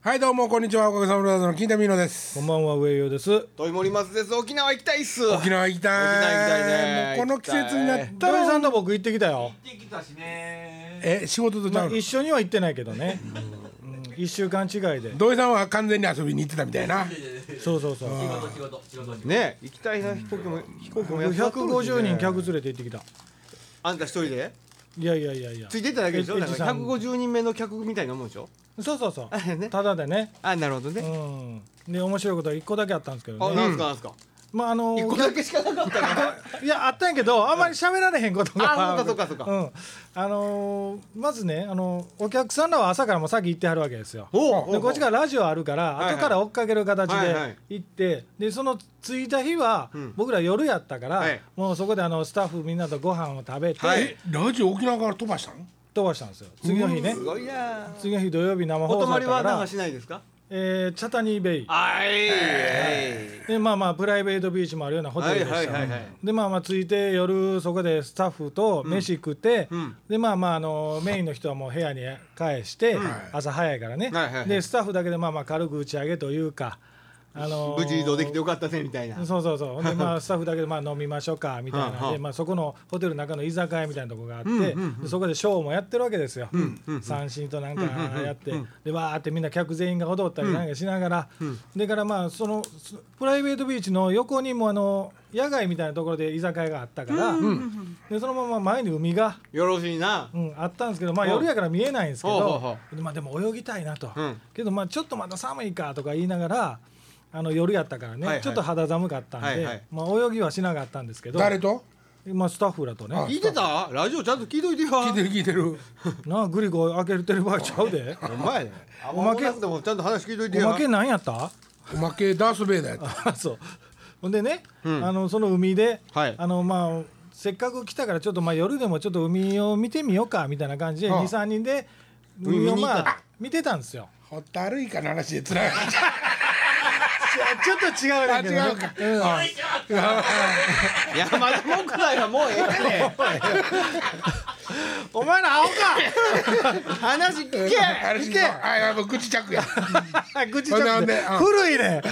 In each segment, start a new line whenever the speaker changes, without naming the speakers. はいどうもこんにちはおかげさまブラザーズの金田美乃です
こんばんは上陽です。
トイモリマスです沖縄行きたいっす
沖縄行きたい
沖縄行きたいね
もうこの季節になっ
田
た
辺
ら
さんと僕行ってきたよ。
行ってきたしね
え仕事とち
ま
ゃ
あ
うの
一緒には行ってないけどね。うん一週間違いで。
土井さんは完全に遊びに行ってたみたいな
そうそうそう。
仕事仕事仕事
ね行きたいな飛行機も飛行機も
僕百五十人客
ず
連れて行ってきた。
あんた一人で
いやいやいやいや。
ついてっただけでしょ
え
なん
えじ
か
さん
150人目の客みたいなもんでしょ
そうそうそ
あれね
う。ただでね。
あなるほど
う
ね
ん。で面白いことは一個だけあったんですけ
あ
ど
な
ね。
んすかなんすか
まああの
一個だけしかなかったから
いやあったんやけどあんまり喋られへんことが。
あそうかそうかそうか
うん。あのーまずねあのお客さんらは朝からもう先行ってはるわけですよ。
お
でこっちかららラジオあるから、
はいはい
後から追っかける形
はい
で
はい
行って、でその着いた日は、
うん
僕ら夜やったから、
はい
もうそこであのスタッフみんなとご飯を食べて、
はい
えラジオ沖縄から飛ばしたの
飛ばしたんですよ次の日ね
すごいな
次の日土曜日生
お
放
泊
送だ
ま
っ
り
た
は
か
なんからしないですか
えーチャタニーベイ
はいはい
でまあまあプライベートビーチもあるようなホテルでした、
はいはいはいはい
でまあまあ着いて夜そこでスタッフと飯食って、
うん
でまあまああのメインの人はもう部屋に返して、朝早いからね、
はいはいはい
でスタッフだけでまあまあ軽く打ち上げというか、あのー
無事移動できてよかったねみたいな
そうそうそうほんで まあスタッフだけでまあ飲みましょうかみたいなんで
はあはあ
まあ、そこのホテルの中の居酒屋みたいなとこがあって、
んうんうん
でそこでショーもやってるわけですよ、
うんうん
三振となんかやって、でわーってみんな客全員が踊ったりなんかしながら、でからまあそのすプライベートビーチの横にもあの野外みたいなところで居酒屋があったから、でそのまま前に海が、
よろしいな
うん、あったんですけど、まあ、
うん
夜やから見えないんですけ
ほうほうほ
ど、でまあ、でも泳ぎたいなと、
うん
けどまあちょっとまだ寒いかとか言いながらあの夜やったからね、
はいはい
ちょっと肌寒かったんで、
はいはい
まあ、泳ぎはしなかったんですけど
誰と
まあ、スタッフらとね
あ
聞いてたラジオちゃんと聞いといてよ
聞いてる聞いてる
なあグリコ開けてる場合ちゃうで
お前ね
お
お
ま
ま
け
けでもちゃんと話聞いといて
お
よ
まけなんやった
おまけダースベイダーやった
あそうほんでね、
うん
あのその海で、
はい
あのまあせっかく来たからちょっとまあ夜でもちょっと海を見てみようかみたいな感じで
はあ
23人で
海
海を
見に行っ
ま
た
あ見てたんですよ。
ホタルイカの話 でつながっち
ちょっと違う
ゃ
だ
う
け
違
ど
う
ね
か
いやまだ文句ないわもうええねん
お前ら青か
話聞け
話聞けあやもう口チャックや
愚痴ち
ほんで
ゃ
ほ
っ
ん
て
でうん
古いね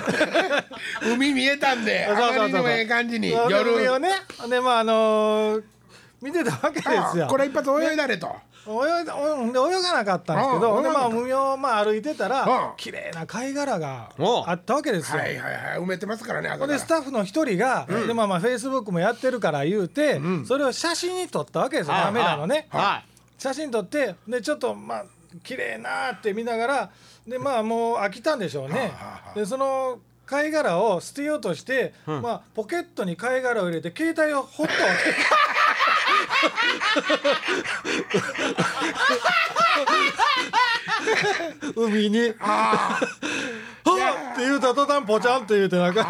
海見えたんで
そうそうそう
あまりにもええ感じに
そう
夜
海をねでまああのー見てたわけです
あ
よ
これ一発泳いだれと
泳いだおんで泳がなかったんですけど
あ
ほ
あ
んでまあ
泳がなかっ
海をまあ歩いてた
あ
ら綺麗な貝殻が
おう
あったわけですよ
はいはいはい埋めてますからねあ
ほんでスタッフの一人が、でまあまあフェイスブックもやってるから言うて、それを写真に撮ったわけですよ、
はい
カメラのね、
は
写真撮ってでちょっとまあ綺麗なーって見ながらでまあもう飽きたんでしょうねでその貝殻を捨てようとして、まあ、ポケットに貝殻を入れて携帯をほったわけ海に「
あ
はっ!」って言うた途端ポチャンって言うてなん
ー
か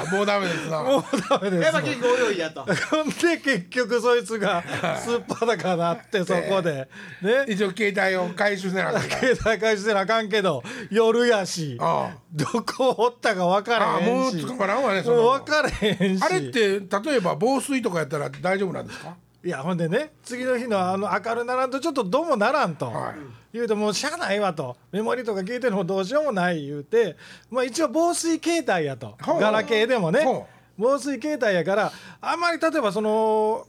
あーもうダメですな
もうダメです
やっぱ結構泳いだと
ほんで結局そいつがすっぱだかなってそこでね
一応携帯を回収せなあ かんから
携帯返してなあかんけど夜やし
あ
どこおったか分から
ああー
へ
も
ん
う
し
捕まらんわねそ
もう
の
分からへんし
あれって例えば防水とかやったら大丈夫なんですか
いやほんでね次の日のあの明るならんとちょっとどうもならんと、
はい
言うてもうしゃあないわとメモリとか消えてるのもどうしようもない言うて、まあ、一応防水携帯やと
ほう
ガラケーでもね
ほ
防水携帯やからあんまり例えばその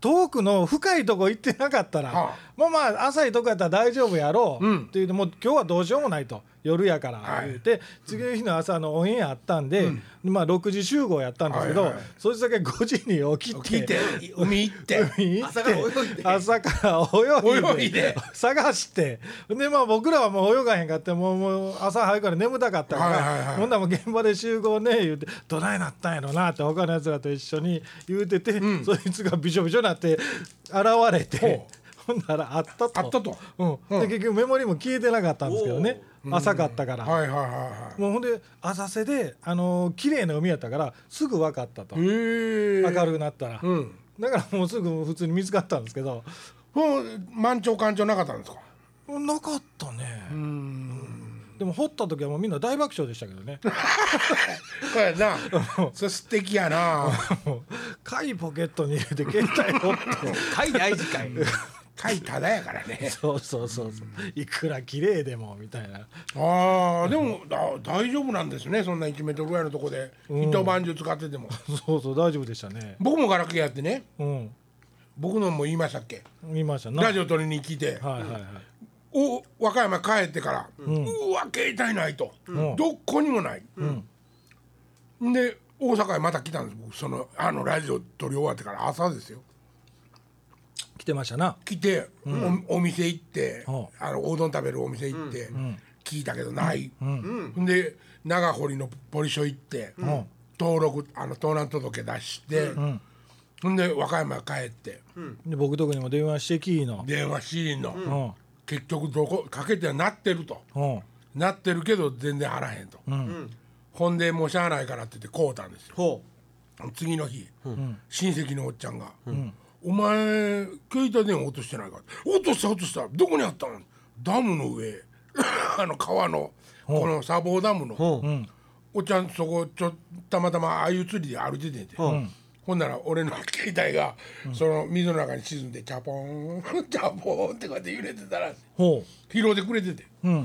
遠くの深いとこ行ってなかったら、
はあ
もうまあ浅いとこやったら大丈夫やろう、って言うてもう今日はどうしようもないと夜やから
はい
言うて、次の日の朝のオンエアあったんで、まあ、6時集合やったんですけど、
はいはい
そいつだけ5時に起
聞
きて
いて海行って
朝から泳いで
朝から泳
泳
い
い
で
で
探してでまあ僕らはもう泳がへんかってもうもう朝早くから眠たかったか
はいはいは
ら
い
ほんならもう現場で集合ね言うてどないなったんやろなって他のやつらと一緒に言うてて、そいつがびしょびしょになって現れて
ほ
ほんならあったと
あったと
うんで結局メモリも消えてなかったんですけどね浅かったから。
はいはいはいは
もうほんで浅瀬であのー綺麗な海やったからすぐ分かったと
いへえ
明るくなったら、
うん
だからもうすぐ普通に見つかったんですけど
もう満潮干潮なかったんですか
なかったねでも掘った時はもうみんな大爆笑でしたけどね
そうやな それ素敵やな
もう貝ポケットに入れて携帯掘って
貝大事かい
貝タダやから ね
そうそうそうそういくら綺麗でもみたいな
ああでもだ大丈夫なんですねそんな1メートルぐらいのとこで
うん
一晩中使ってても、
そうそう大丈夫でしたね
僕もガラケーやってね
うん
僕のも言いましたっけ
見ましたな
ラジオ取りに聞いて、
はいはいはい
お和歌山帰ってから、うわ携帯ないと、
うん
どっこにもない、
ん
で大阪へまた来たんです僕そのあのラジオ撮り終わってから朝ですよ
来てましたな
来て、おお店行って、
うん
あのおうどん食べるお店行って、聞いたけどない、
うん
で長堀のポリショ行って、
ん
登録あの盗難届出して、
ん
ほんで和歌山帰って
で僕とこにも電話してきーの
電話しいの、
うん
結局どこかけてはなってると。
うん
なってるけど全然払えへんと、
ん
ほんでもうしゃあないからって言って買うたんですよ
ほ
次の日、親戚のおっちゃんが「お前携帯電話落としてないか?」落とした落としたどこにあったん?」ダムの上 あの川のこの砂防ダムの、
ほう
うん
おっちゃんそこちょたまたま鮎釣りで歩いててんて、
うん
ほんなら俺の携帯がその水の中に沈んでチャポーンチャポーンってこうやって揺れてたら
ほ
拾ってくれてて
ううん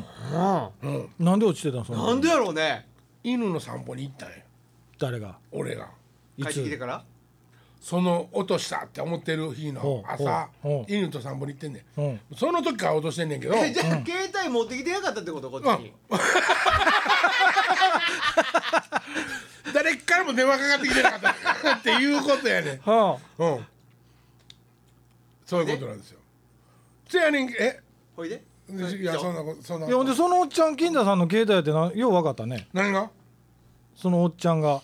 う
なんで落ちてたのその
なんでやろうね
犬の散歩に行ったんよ
誰が
俺が。
い
帰ってきて
つ
から
その落としたって思ってる日の
ほう
朝
ほうほう
犬と散歩に行ってんね
うんん
その時から落としてんねんけど
え じゃあ携帯持ってきてなかったってことこっちに
誰からも電話かかってきてなかった っていうことやねん
は
うんそういうことなんですよせやねんえ
ほいで
いやそんなことそんない
やほんでそのおっちゃん金田さんの携帯ってなよう分かったね
何が
そのおっちゃんが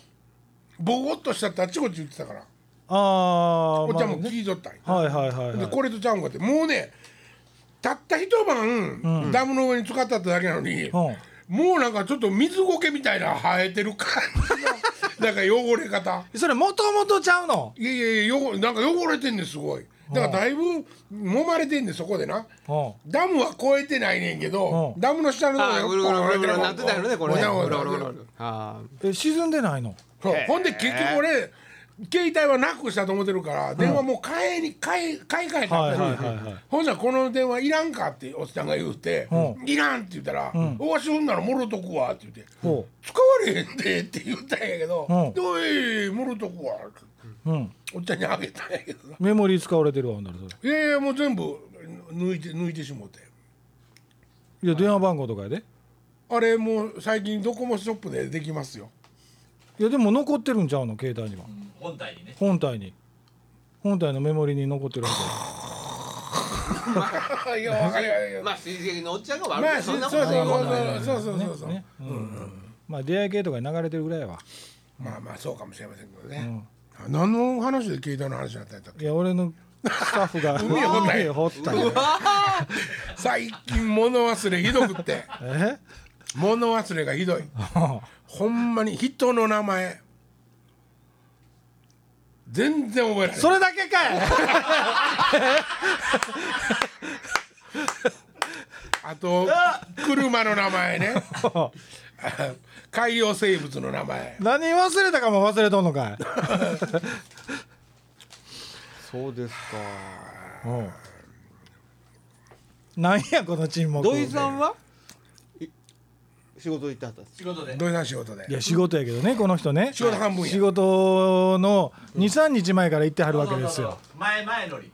ボコっとしたってあっちこっち言ってたから
ああ
おっちゃんも
まあね
聞いとったんよ
はいはいはいはい
でこれとちゃうんかってもうねたった一晩ダムの上に使ったってだけなのに、
うん
もうなんかちょっと水苔みたいな生えてる感じのなんか汚れ方
それもともとちゃうの
いやいやいや汚なんか汚れてんですごいだからだいぶ揉まれてんでそこでな
う
ダムは越えてないねんけど
うん
ダムの下のとこ
あーぐるぐるぐるぐるなってたよねこれね
ごちゃご
ぐ
ち
る
ゃ
ぐるぐるぐるあー
んえ沈んでないの
そうほんで結局俺携帯はなくしたと思ってるから電話もう買いに買い買い替えた
はい
んだ
はい
よ
はいはい
ほんじゃこの電話いらんかっておっさんが言うて
う
「いらん」って言ったら「おわしほんならもろとくわ」って言って
ほ
「使われへんで」って言ったんやけど
うん
「おいもろとくわ」って
ううん
おっちゃんにあげたんやけどな
メモリー使われてるわほんならそれ
いやいやもう全部抜いて抜いてしもうて
いや電話番号とかやで
あれもう最近ドコモショップでできますよ
いやでも残ってるんちゃうの携帯には
本体にね。
本体に本体のメモリに残ってるんちゃ
いやわかりません
まあ親戚のおっちゃんが悪い
まあ
そ
そ
ん
う
な
そう
ことないもんね
そうそうそうそうそう
うねうんまあ出会い系とかに流れてるぐらいやわ
まあまあそうかもしれませんけどねあ何の話で携帯の話になったんやったっけ
いや俺のスタッフが
海へ掘ったんや
海へ掘ったんや
最近物忘れひどくって
え
物忘れがひどいほんまに人の名前全然覚えられない
それだけかい
あと車の名前 ね海洋生物の名前
何忘れたかも忘れとんのかい
そうですか
なんやこの沈黙
土井さんはい仕事行ってはったんです
仕事で。
どういう仕事で
いや仕事やけどねこの人ね
仕事半分や
仕事の23日前から行ってはるわけですよ
前前乗り。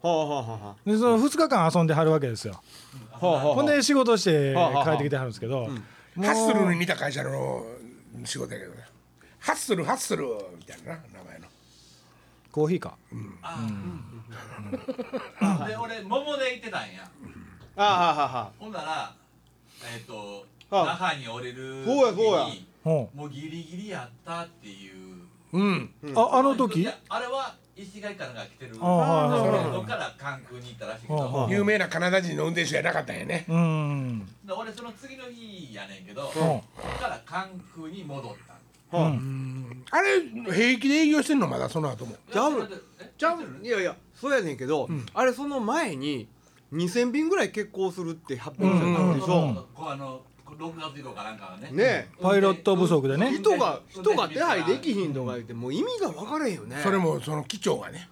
はあはあはあは
でその2日間遊んではるわけですよ
あはあはあ
ほんで仕事して
はあはあ
帰ってきてはるんですけどもう
ハッスルに似た会社の仕事やけどねハッスルハッスルみたいなな名前の
コーヒーか
ああ。で俺桃で行ってたんや。
あはあはあはあ
ほんならえっと
あ
那覇に降りる時
そうやそうや
に
うん
もうギリギリやったっていう。
うん
ああの時
いやあれは石垣からが来てる。
あはいはいはい
その人から関空に行ったらしいけ
あは
ど
い。
有名なカナダ人の運転手じゃなかったんやね
うん
で俺その次の日やねんけど。
うん
そっから関空に戻った。
はあ
あれ平気で営業してんのまだその後も
ジャム
え
ちゃういやいやそうやねんけど、あれその前に2000便ぐらい欠航するって発表されたんでしょ、
こうあの6月以降かなんかはね
ね
パイロット不足でね
運
え
転
人が人が手配でき
運
ひんとか言ってもう意味が分からへんよね
それもその機長がね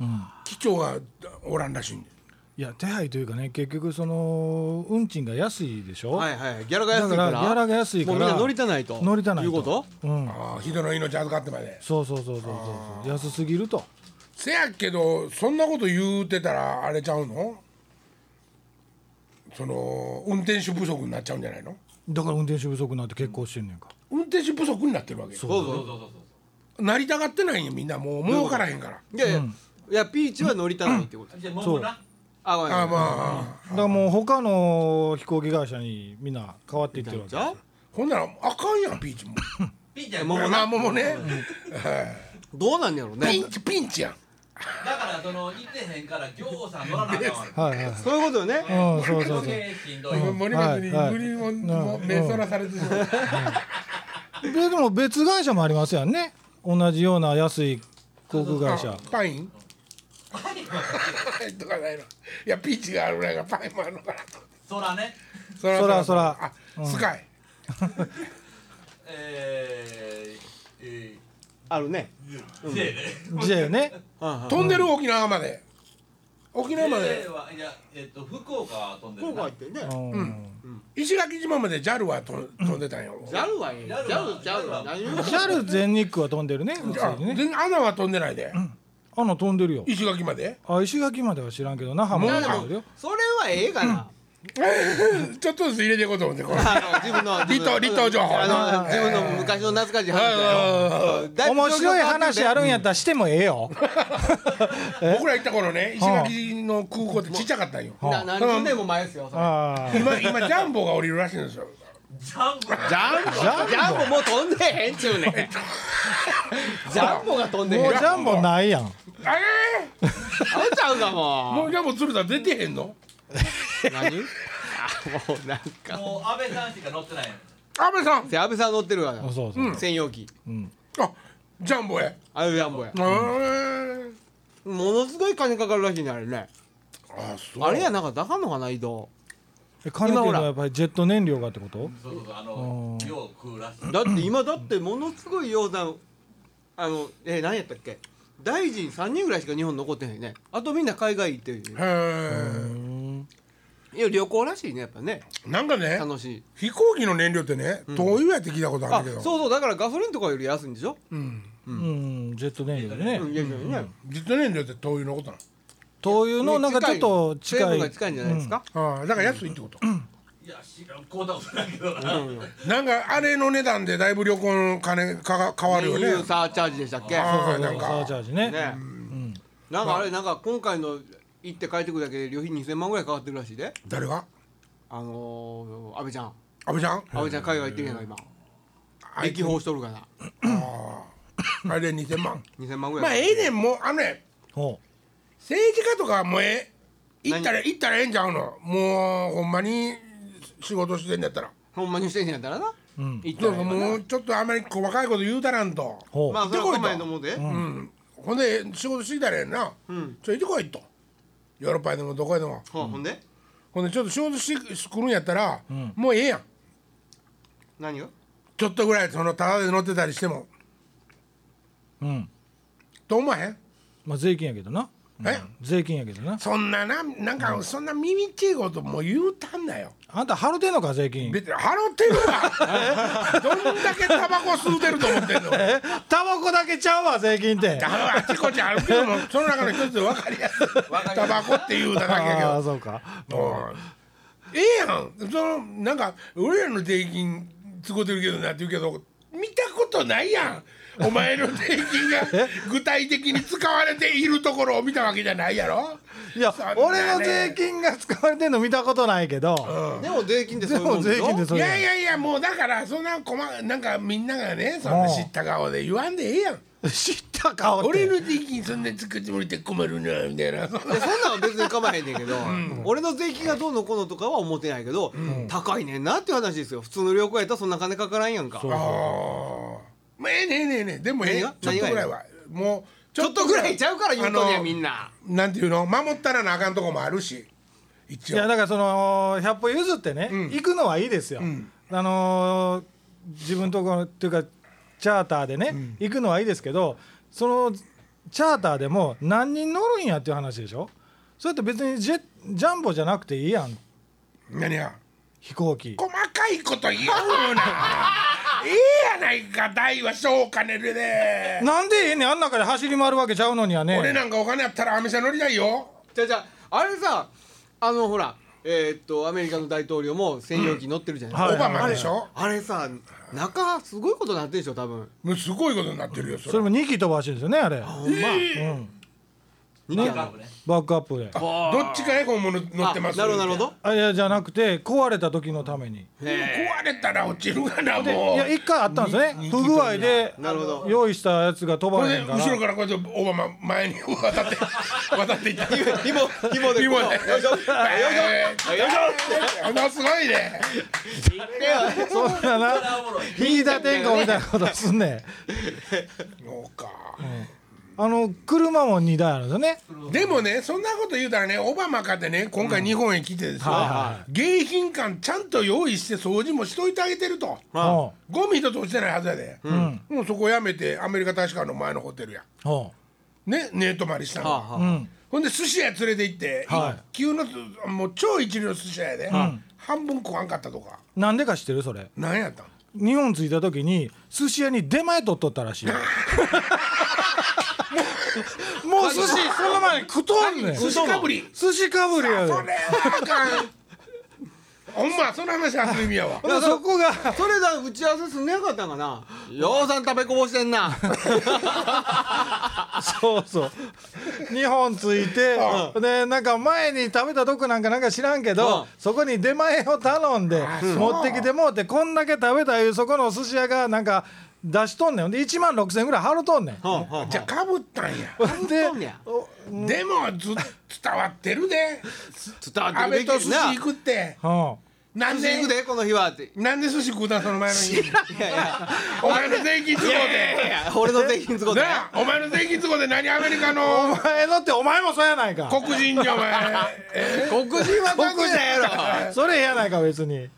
うん
機長がおらんらしいんで
いや手配というかね結局その運賃が安いでしょ、
はいはいギャラが安いから
だからギャラが安いから
もうみんな乗りたないと
乗りたない
いうこと
うん、
ああ人の命預かってまで
そうそうそうそうそうそう安すぎると
せやけどそんなこと言うてたらあれちゃうのその運転手不足になっちゃうんじゃないの
だから運転手不足になって結構してんねんか、
運転手不足になってるわけ
そう
そうそう
そうそうそう
なりたがってないんよみんなもう儲からへんから
いやいや、いやピーチは乗りたないってこと、
そうじゃあモモな
あごめん
ああ
ごめん
まあ
だからもう他の飛行機会社にみんな変わっていってるわけ
じゃあ
ほんならあかんやんピーチも
ピーちゃん
モモ
だか
まあももね
どうなんねやろう
ピ
ね
ンチピンチやん
らその行ってへんから行さん乗らなあかんわけ
はいはい
そういうことよね、
うんそうそうそう
余計しんどい
森松に
はい
グリーン
はい
も
うん
目そらされてしまう
ででも別会社もありますやんね同じような安い航空会社
あパインとかないのいやピーチがあるぐらいがパインもあるのかなと
そらね
そ
そらそら
あスカイ
えーえ
あるね
ーせいで
じゃよね
うん
飛んでる沖縄まで沖縄ま
せい
で
はいやえっと福岡は飛んで
福
るな
岡行ってね
うん、
石垣島まで JAL は飛ん飛んでたんよ
JAL はええ
JAL
JAL ちゃうわ何を
JAL 全日空は飛んでるね普
あ
通にね
全然穴は飛んでないで
あの飛んでるよ
石垣まで
あ石垣までは知らんけど那覇までは飛んでるよ
それはええかな
ちょっとずつ入れていこうと思ってこれ
あの自分の自分の
離島離島情報
あの自分の昔の懐かしい話だよだぶ
面白い話あるんやったらしてもええ よ、
僕ら行った頃ね石垣の空港ってちっちゃかったんよ
な何十年も前ですよそれ
ああ
今今ジャンボが降りるらしいんですよ
ジャンプ
ジャンボジャンボもう飛んでへんちゅ うねんジャンボが飛んでへん
もうジ
あ
ャンボないやん
あれ
ちゃうか
も
も
うジャンボ鶴田出てへんの
う何あもうなんか
もう安倍さんしか乗ってない
安倍さん
で安倍さん乗ってるわ
あそうそう、
専用機
あジャンボへ
あれジャンボや
へー
ものすごい金かかるらしいねあれね
あそう
あれやなんかだかんのかな移動
え金っていうのはやっぱりジェット燃料がってこと
そうそうそうあのよう食うらしい
だって今だってものすごいようなあのえー、何やったっけ大臣3人ぐらいしか日本残ってないねあとみんな海外行ってる
へー
いや旅行らしいねやっぱね
なんかね
楽しい
飛行機の燃料ってね灯油やって聞いたことあ
あ
るけ
そ
ど
うそうだからガソリンとかより安いんでしょ、
うん、ジェット燃料でね
うん、いやいやいや
実燃料って灯油のことな
灯油のなんかちょっと近
成
い
分が近いんじゃないですか、
のあーだから安いってこと
いや知らんこうたことないけどな
なんかあれの値段でだいぶ旅行の金かが変わるよ
燃油
ね
サーチャージでしたっけ
あ
そうそう
なんか
サーチャージね
ね、なんかあれなんか今回の行って帰ってくるだけで旅費2000万ぐらいかかってるらしいで
誰が
あのー、安倍ちゃん
安倍ちゃん
安倍ちゃん海外行ってるやんか今
あい
激
つ
報しとるから
あれ2000万
2000万ぐらい
まあええねんもうあのね
ほ
政治家とかはもうええ行ったら
何
行ったらええんちゃうのもうほんまに仕事してんだったら
ほんまにしてんねやったらな、
う、うん、
行った
そう
ら
そ
ええ
う
わな
もうちょっとあまり細かいこと言うたらんと
ほう、
まあそれはこ前のもんで、
うんほんで仕事してきたらええな
うん
ちょいてこいとヨーロッパでもどこへでも
ほうほんで
ほんでちょっと仕事してくるんやったら
ん
もうええやん
何が
ちょっとぐらいそのタダで乗ってたりしても
うん、
と思わへん
まあ税金やけどな
え
税金やけどな
そんなななんかそんな耳っちいこともう言うたんだよ
あんた払うてんのか税金
別に払ってる わどんだけタバコ吸うてると思ってんの
えタバコだけちゃうわ税金って
あのあちこちあるけどもその中の一つで分かりやすいタバコっていうだけ
あ
や
あそうか
けどうんええやんそのなんか俺らの税金使ってるけどなって言うけど見たことないやんお前の税金が具体的に使われているところを見たわけじゃないやろ
いや
そんなね
俺の税金が使われてんの見たことないけど、
でも税金でそう
で
いうも
も
ん
税金で
でしょ
そ
い
れ
やいやいやもうだからそんなこまなんかみんながねそんな知った顔で言わんでええやん
知った顔って
俺の税金そんな作ってもらって困るなみたいなそんな
でそんなんは別に構わへんねんけど、俺の税金がどうのこうのとかは思ってないけど、高いねんなっていう話ですよ普通の旅行やったらそんな金かからんやんか
そう
ああまあええねええねええねでもええ
何が
ちょっとぐらいはもう
ちょっとぐらいちゃうから言うとんねやみん
な
な
なんていうの守ったらなあかんとこもあるし一
いや
応
だからその百歩譲ってね、行くのはいいですよ、あのー自分とこのっていうかチャーターでね、行くのはいいですけどそのチャーターでも何人乗るんやっていう話でしょそれって別にジェジャンボじゃなくていいやん
何が
飛行機
細かいこと言うな ええやないか大は小を兼ねるで、
なんでええねんあん中で走り回るわけちゃうのにはね
俺なんかお金あったらアメ車乗りたいよ
じゃじゃあれさあのほらえーっとアメリカの大統領も専用機乗ってるじゃないですか、
はい
オバマでしょ
あれさ中すごいことになってるでしょ多分
もうすごいことになってるよそ
それ
れ
も2機飛ばしですよねあれ
ほんま
バックアップね
バックアップで
あどっちかね本物乗ってます
あなるほどなるほど
あいやじゃなくて壊れた時のために
へ
壊れたら落ちるがなもう
いや一回あったんですよね不具合で
なるほど
用意したやつが飛
こ
ば
れ
れ
で
へんか
後ろ
ら
からこうやってオバマ前に渡って渡っていった
え紐紐で
紐
こ
で
うよいしょよいしょよいし
あのすごいね
そんなな
おもろい
飯田天下みたいなことすんねん
そうか、
あの車も2台あるんですよね
でもねそんなこと言うたらねオバマかてね今回日本へ来てですよ、
は
迎賓館ちゃんと用意して掃除もしといてあげてると
ょあ
ほ
ゴミ一つ落ちてないはずやで、もうそこやめてアメリカ大使館の前のホテルや
うほ
ね寝泊まりしたの、
はあ
うう
は
ん
ほんで寿司屋連れて行って、
はい
一級のもう超一流の寿司屋やで、半分食わんかったとか
なんでか知ってるそれ
なんやったん
日本着いた時に寿司屋に出前取っとったら しいもうもう寿司その前に食とんねん
寿司かぶり
寿司かぶりや
それ
で
はあかんほんまその話は初耳 やわ
だからそこが
あそれだ打ち合わせすんねやかったんかなようさん食べこぼしてんな
そうそう2本ついてでなんか前に食べたとこなんかなんか知らんけ
うん
どそこに出前を頼んで持ってきてもうてこんだけ食べたいうそこのお寿司屋がなんか出しとんねんで1万6,000ぐらい払うとんねん。
はあはあはあ
じゃあかぶったんや
で
とんねや
お
でもず伝わってる で
伝わ
安
って
倍
るべき
と
や
寿司
な
行くって
うん
なん
寿司
で
行くでこの日はってい
なんで寿司食うたんその前の日
やいや
お前の税金都合
い
で
や俺の税金都合だよ
なあお前の税金都合で何アメリカ
お
の
前のってお前もそうやないか
黒人じゃお前え
黒人は関係ないやろ
それやないか別に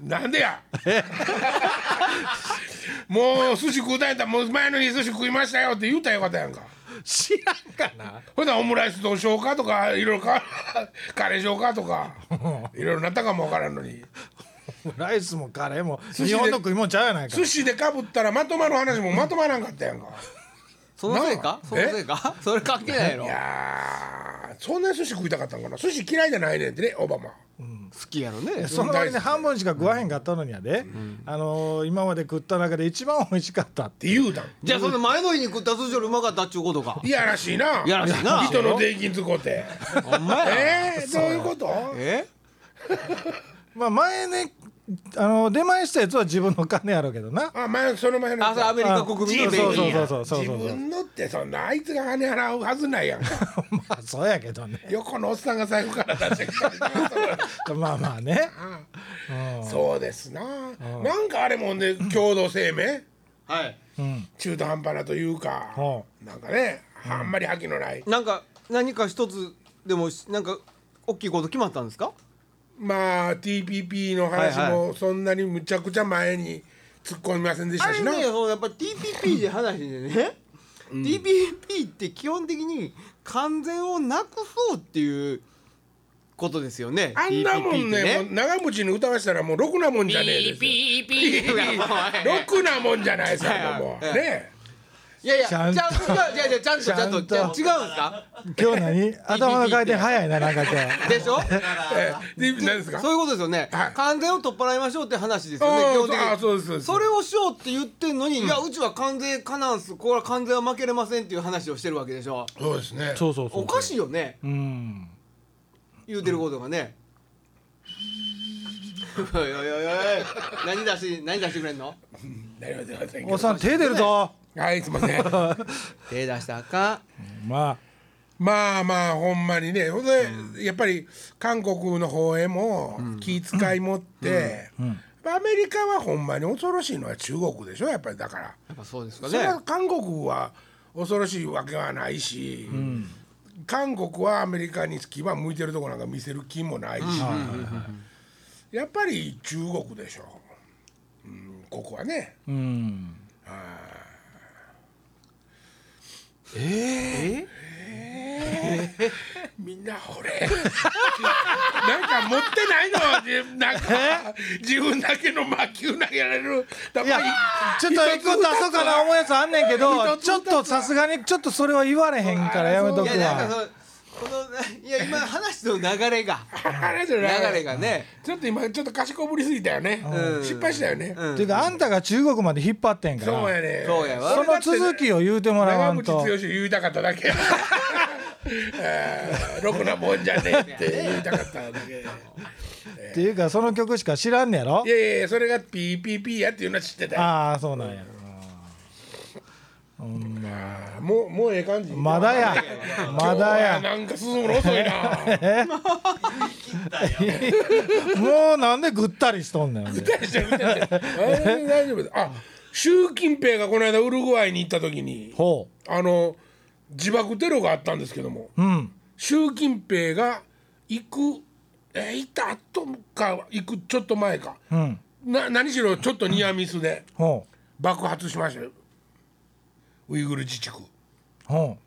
なんでや もう寿司食うたんやったらもう前の日寿司食いましたよって言うたらよかったやんか
知らんかな
ほんならオムライスどうしようかとかいろいろか カレーしようかとかいろいろなったかもわからんのに
ライスもカレーも
司で
日本の食い物ちゃうやないか
寿司でかぶったらまとまる話もまとまらんかったやんか
そのせいか
なあ
そのせいかそれ関係ないやろ
いやーそんなに寿司食いたかったんかな寿司嫌いじゃないねんってねオバマ
好きやろね
その割に半分しか食わへんかったのにはで、あのー今まで食った中で一番美味しかったって
って言うたん
じゃあその前の日に食った寿司よりうまかったっちゅうことか
いやらしいない
やらしいな
人の税金使うて
お前
えー、どういうこと
え
まあ前ねあの出前したやつは自分の金やろうけどな
あ前その前の
あそれアメリカ国民の税
そうそ
金
う
や
そうそうそ
自
うそうそう
分のってそんなあいつが金払うはずないやんか
まあそうやけどね
横のおっさんが財布から出してきたりとか
まあまあね
そうですな、なんかあれもんね共同声明
はい
うん
中途半端なというか、
は
なんかねあんまり覇気のない、
なんか何か一つでもしなんか大きいこと決まったんですか
まあ TPP の話
はい
もそんなにむちゃくちゃ前に突っ込みませんでし
あ
た
れ
しな、
ねそうやっぱ TPP で話でね TPP って基本的に完全をなくそうっていうことですよね
あんなもん
TPP って
ねもう長渕に歌わせたらもうろくなもんじゃねえですよ
いやもう
ろくなもんじゃないですかもう
はいはい
ね
いやいや
ち
ち
ゃ
ゃ
ん
ん
と
といやいやちゃんとちゃんと違うん
ちゃんと
ですか
今日何頭の回転早いななんか今
でしょ
えで何ですか
そういうことですよね、
はい
完全を取っ払いましょうって話ですよ
あ
ね
ー
基本的
あー
に
そうですそうです
れをしようって言ってんのに、いやうちは関税カナンスこれは関税は負けれませんっていう話をしてるわけでしょ
そうですね
そうそうそう
おかしいよね
うん
言うてることがね、おいおいおいおい何出し何出してくれんの
何も出ませんけ
おっ
ど
さん手出るぞ
はいすいま せん
手出したらあかん
ま
まあまあほんまにねほんで、やっぱり韓国の方へも気遣い持って、アメリカはほんまに恐ろしいのは中国でしょやっぱりだから。
やっぱそうですか
それ
ね
は韓国は恐ろしいわけはないし、韓国はアメリカに牙向いてるとこなんか見せる気もないし、やっぱり中国でしょ、うん、ここはね
あうん
え
みんなほれ なんか持ってないのじなんか自分だけの魔球投げられるた
いや
まに
ちょっと一個出そうかな思うやつあんねんけどちょっとさすがにちょっとそれは言われへんからやめと
い
く
やなん
わ
かそのこのいや今話の流れが
流
流れがね、
ちょっと今ちょっと賢ぶりすぎたよね、
ん
失敗したよね、
うん
ていうかあんたが中国まで引っ張ってんか
そうや
ら
ね
そうやわ
その続きを言うてもらわ
長
ん
渕剛
と
言いたかっただけ あーろくなもんじゃねえって言いたかっただけ
っていうかその曲しか知らんねやろ
いやいやいやそれがピーピーピーやっていうのは知ってたよ
ああそうなんや
あーもうもうええ感じ
まだやまだ
今
や
日はなんか進むの遅いな
もうなんでぐったりしとんねん俺
大丈夫大丈夫えー大丈夫だあ習近平がこの間ウルグアイに行った時に
ほ
あの自爆テロがあったんですけども
ううん
習近平が行くえー行った後か行くちょっと前か
うん
な何しろちょっとニアミスで
ほう
爆発しましたよウイグル自治区はい、
ほう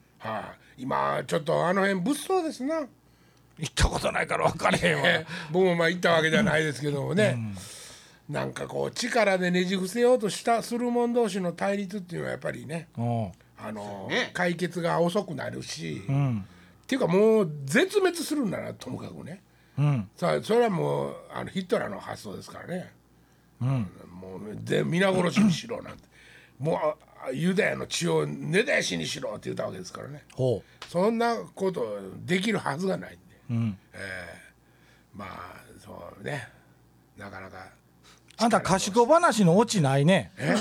今ちょっとあの辺物騒ですな
行ったことないから分かれへん
えー僕もまあ行ったわけじゃないですけどもね、なんかこう力でねじ伏せようとしたする者同士の対立っていうのはやっぱりね、
ほ
あの
ね
解決が遅くなるし、
うう
っ
ん
ていうかもう絶滅するんだなともかくね
うん
さあそれはもうあのヒトラーの発想ですからね
うん
もうで皆殺しにしろなんてもうあユダヤの血を根絶やしにしろって言ったわけですからね
ほ
そんなことできるはずがないんで。
ううん
まあそうねなかなか
あんた賢話のオチないねえ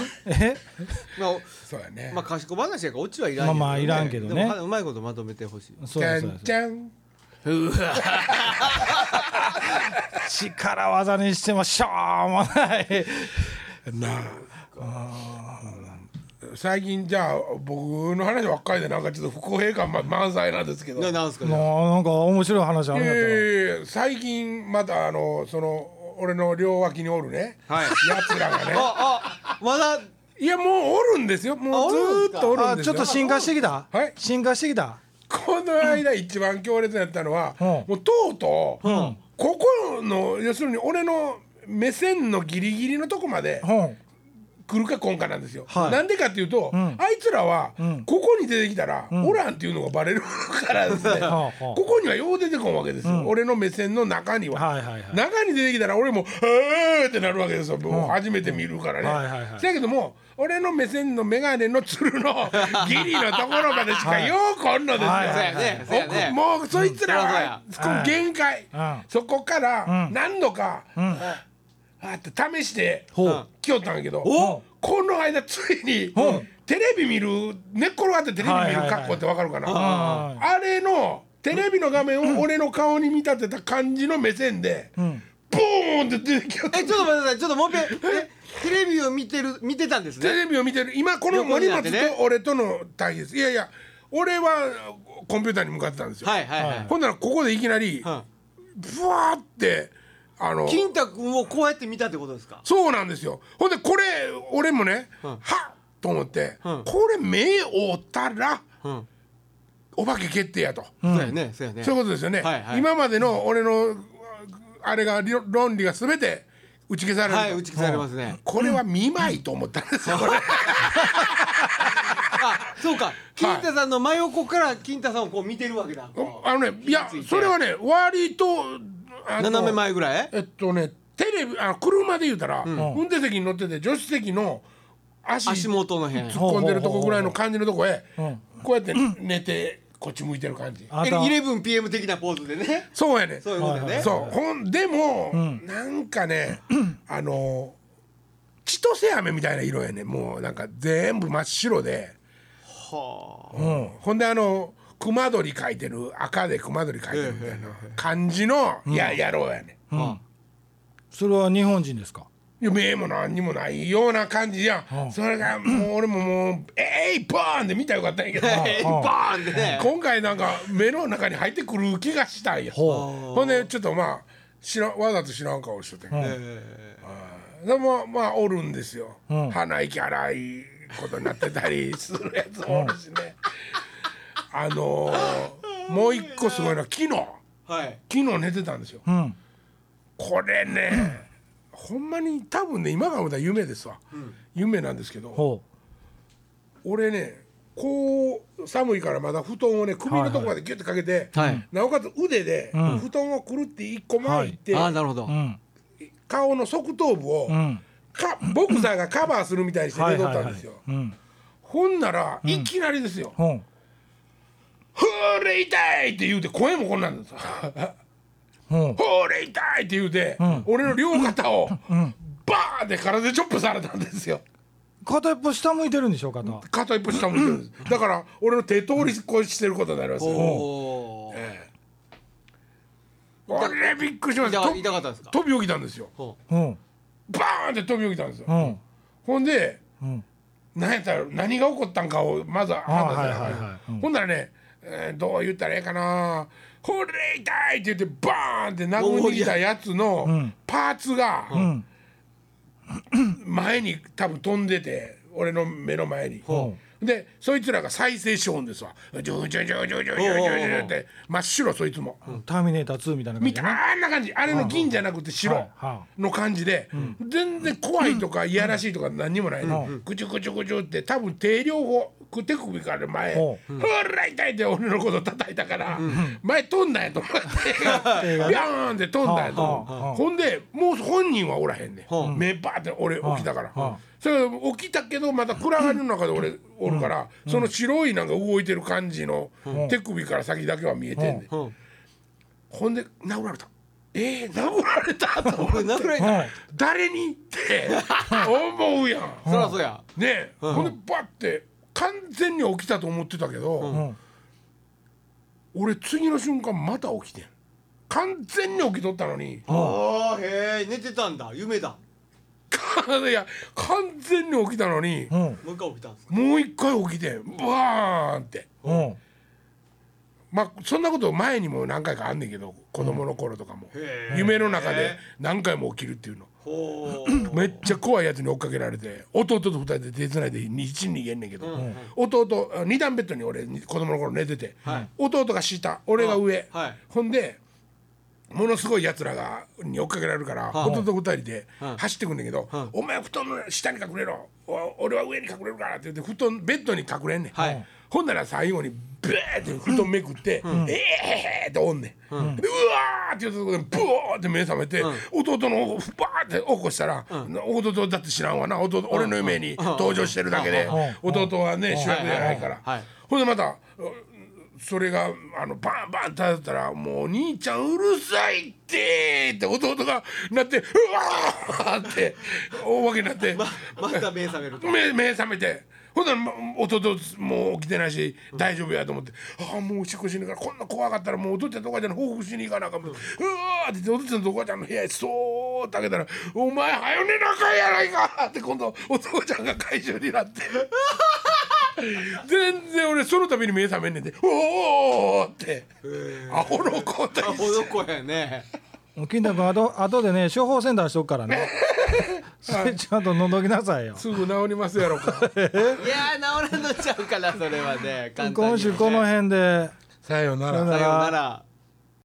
まあ
そうやね、
まあ賢話やからオチはいらん
まあまあいらんけどね
でもはうまいことまとめてほしい
そう
ち
や
ゃ
そうや
んちゃんうわ
力技にしてもしょうもない
なあうん最近じゃあ僕の話ばっかりでなんかちょっと不公平感ま満載なんですけど
ななんすかね
もうなんか面白い話あ
い
るん
や
や
い
ったら
やいや最近またあのその俺の両脇におるね、
はい
やつら がね
ああまだ
いやもうおるんですよもうずーっとおるん
あ
ですよ
ちょっと進化してきた、
はい
進化してきた
この間一番強烈なったのは、
うん
もうとうとう、
ん
ここの要するに俺の目線のギリギリのとこまで
うん
来るか来んかなんですよ。
はい
なんでかっていうと、
ん
あいつらは
ん
ここに出てきたら、オランっていうのがバレるからですね。
は
こ
あはあ
こにはよう出てこんわけですよ。俺の目線の中には。
はいはいはい
中に出てきたら俺も「えー!」ってなるわけですよ、もう初めて見るからね。
はいはいはい
せやけども俺の目線の眼鏡のつるのギリのところまでしかようこんのですよ。
はい
そうやねそうや
奥
ね
もうそいつらは
うん
そこ限界、
うん
そこから
うん
何度か、ああって試して
ほう、
うん
来よったんやけど
お
この間ついに
ほう
テレビ見る寝っ転がってテレビ
はい
見
はいは
る
い
格好ってわかるかな、
あ
あれのテレビの画面を俺の顔に見立てた感じの目線で、ボーンって出てきよった
えちょっと待ってくださいちょっともう一遍えテレビを見てる見てたんです
テ
ね
レビを見てる今この
横
森
になっ
松
て
と
ね
俺との対比ですいやいや俺はコンピューターに向かってたんですよ、
はいはいはい
ほんならここでいきなり、
は
ブワーってあの
い金太君をこうやって見たってことですか
そうなんですよほんでこれ俺もね、はっと思って、
うん
これ目をったら
うん
お化け決定やと、
そうやねそうやね
そういうことですよね、
はいはい
今までの俺のあれが理論理が全て打ち消されると、
はい打ち消されますね
これは見舞いと思ったんですよ、これ
あそうか金太さんの真横から金太さんをこう見てるわけだ
あのねいやそれはね割とあの
斜め前ぐらい
えっとねテレビあ車で言うたら、運転席に乗ってて助手席の足
足元の辺
突っ込んでるとこぐらいの感じのとこへ、
ん
こうやって寝て、こっち向いてる感じ
あなた
11pm 的なポーズでね
そうやね
そういうことだよね
そうほんでも、なんかねあの千歳飴みたいな色やねもうなんか全部真っ白で、
は
うんほんであの熊鳥描いてる赤で熊鳥描いてるみたいな感じの、いややろうやね、
あは
それは日本人ですか
いや目も何にもないような感じやん、
うん
それがもう俺ももう「えいバーン!」で見たらよかったんやけど、
あバーンってね
今回なんか目の中に入ってくる気がしたんや
ほ
ほんでちょっとまあ知らんわざと知らん顔しとってんけど、
え
でもまあおるんですよ、
うん
鼻息荒いことになってたりするやつもおるしね、あのーもう一個すごいのは昨日
はい
昨日寝てたんですよ
うん
これねほんまに多分ね今がまだ夢ですわ、夢なんですけど
ほ
俺ねこう寒いからまだ布団をね首のとこまでギュッてかけて、
はい
なおかつ腕で
うん
布団をくるって一個巻いて、
ああなるほど
ううん
顔の側頭部を、
うん
かボクサーがカバーするみたいにして
は
寝
い
とっ
はい
た
は
んです
い
よ、
うん
ほんならいきなりですよ
ほう
「ほーれ痛い!」って言うて声もこんなん です
ほ
ほ
う
ーれ痛い!」って言うて、
ん
俺の両肩を
うん
バーンって体でチョップされたんですよ
片一方下向いてるんでしょうかと
片一歩下向いてるんですだから俺の手通り越してることになります
お
よ
おー
ええ俺びっくりしました
痛
と
痛かったですか
飛び起きたんですよ
ほ
うん
バーンって飛び起きたんですよ、
うん
ほんで
うん
何やったら何が起こったんかをまずは
あ
判
は
断
いはい
せな
はいうん
ほんならね、えーどう言ったらええかなこれ痛いって言ってバーンって殴りに来たやつの
ん
パーツが
ん
前に多分飛んでて俺の目の前に
ほ。
でそいつらが再生しようんですわ。ジュージュージュージュージュージュージュージューって真っ白そいつも。
ターミネーター2みたいな感
み
じ
た
ね
いあんな感じあれの銀じゃなくて白
はいは
の感じで全然怖いとかいやらしいとか何にもないのぐちゅぐちゅぐちゅって多分手両方手首から前
ほ
ほら痛いって俺のこと叩いたから前飛んだんやと思ってビャーンって飛んだんやと
はあは
思
あ
うほんでもう本人はおらへんね
はあ
ん目バーって俺起きたから
はあはあ
それが起きたけどまた暗がりの中で俺おるからその白いなんか動いてる感じの手首から先だけは見えてんねん
うほう
ほんで殴られた。えー、殴られたと思
これ
っ
殴
て
られ
は
た
い
誰にって思うやん。
そら そうや
ねえ、ほんでバッて完全に起きたと思ってたけど、
ん
俺次の瞬間また起きてん完全に起きとったのに
ああへえ寝てたんだ夢だ
いや完全に起きたのに、
うん
もう一回起きたんですか
もう一回起きてバーンって
うん
まあそんなこと前にも何回かあんねんけど子供の頃とかも、
へえ
夢の中で何回も起きるっていうの。
ほ
めっちゃ怖いやつに追っかけられて弟と二人で手繋いで一に逃げんねんけど、弟あ二段ベッドに俺子供の頃寝てて、
はい
弟が下俺が上、
あはい
ほんでものすごいやつらがに追っかけられるから、
はい
弟二人で
はい
走ってくんねんけど「
はい
お前布団の下に隠れろお俺は上に隠れるから」って言って布団ベッドに隠れんねん、
はい
ほんなら最後にブーって布団めくって「ええー!」っておんねん、でうわーって言ったところでブワーって目覚めて、弟のバーって起こしたら、弟だって知らんわな弟俺の夢に登場してるだけで、弟はね、主役じゃないから、
はい
ほんでまたそれがあのバンバンって当たったら「もうお兄ちゃんうるさいって!」って弟がなって「うわー!」って大わけになって。
また目覚 めると
目目覚めてほんならま弟もう起きてないし大丈夫やと思って、ああもうおしっこしにからこんな怖かったらもうお父ちゃんとお母ちゃんの報告しに行かなあかん、うわーって言ってお父ちゃんとお母ちゃんの部屋へそーっと開けたら「お前早寝なあかんやないか!」って今度お父ちゃんが怪獣になって。全然俺その度に目覚めんねんで「おーおーおーってアホの子と
あ
一
ほ
緒
どこやね
金太君あと後でね処方箋出しとくからねそれ ちゃんと飲んどきなさいよ
すぐ治りますやろか
いやー治らんのちゃうからそれはね簡単にはね
今週この辺で
さよなら
さ
さようなら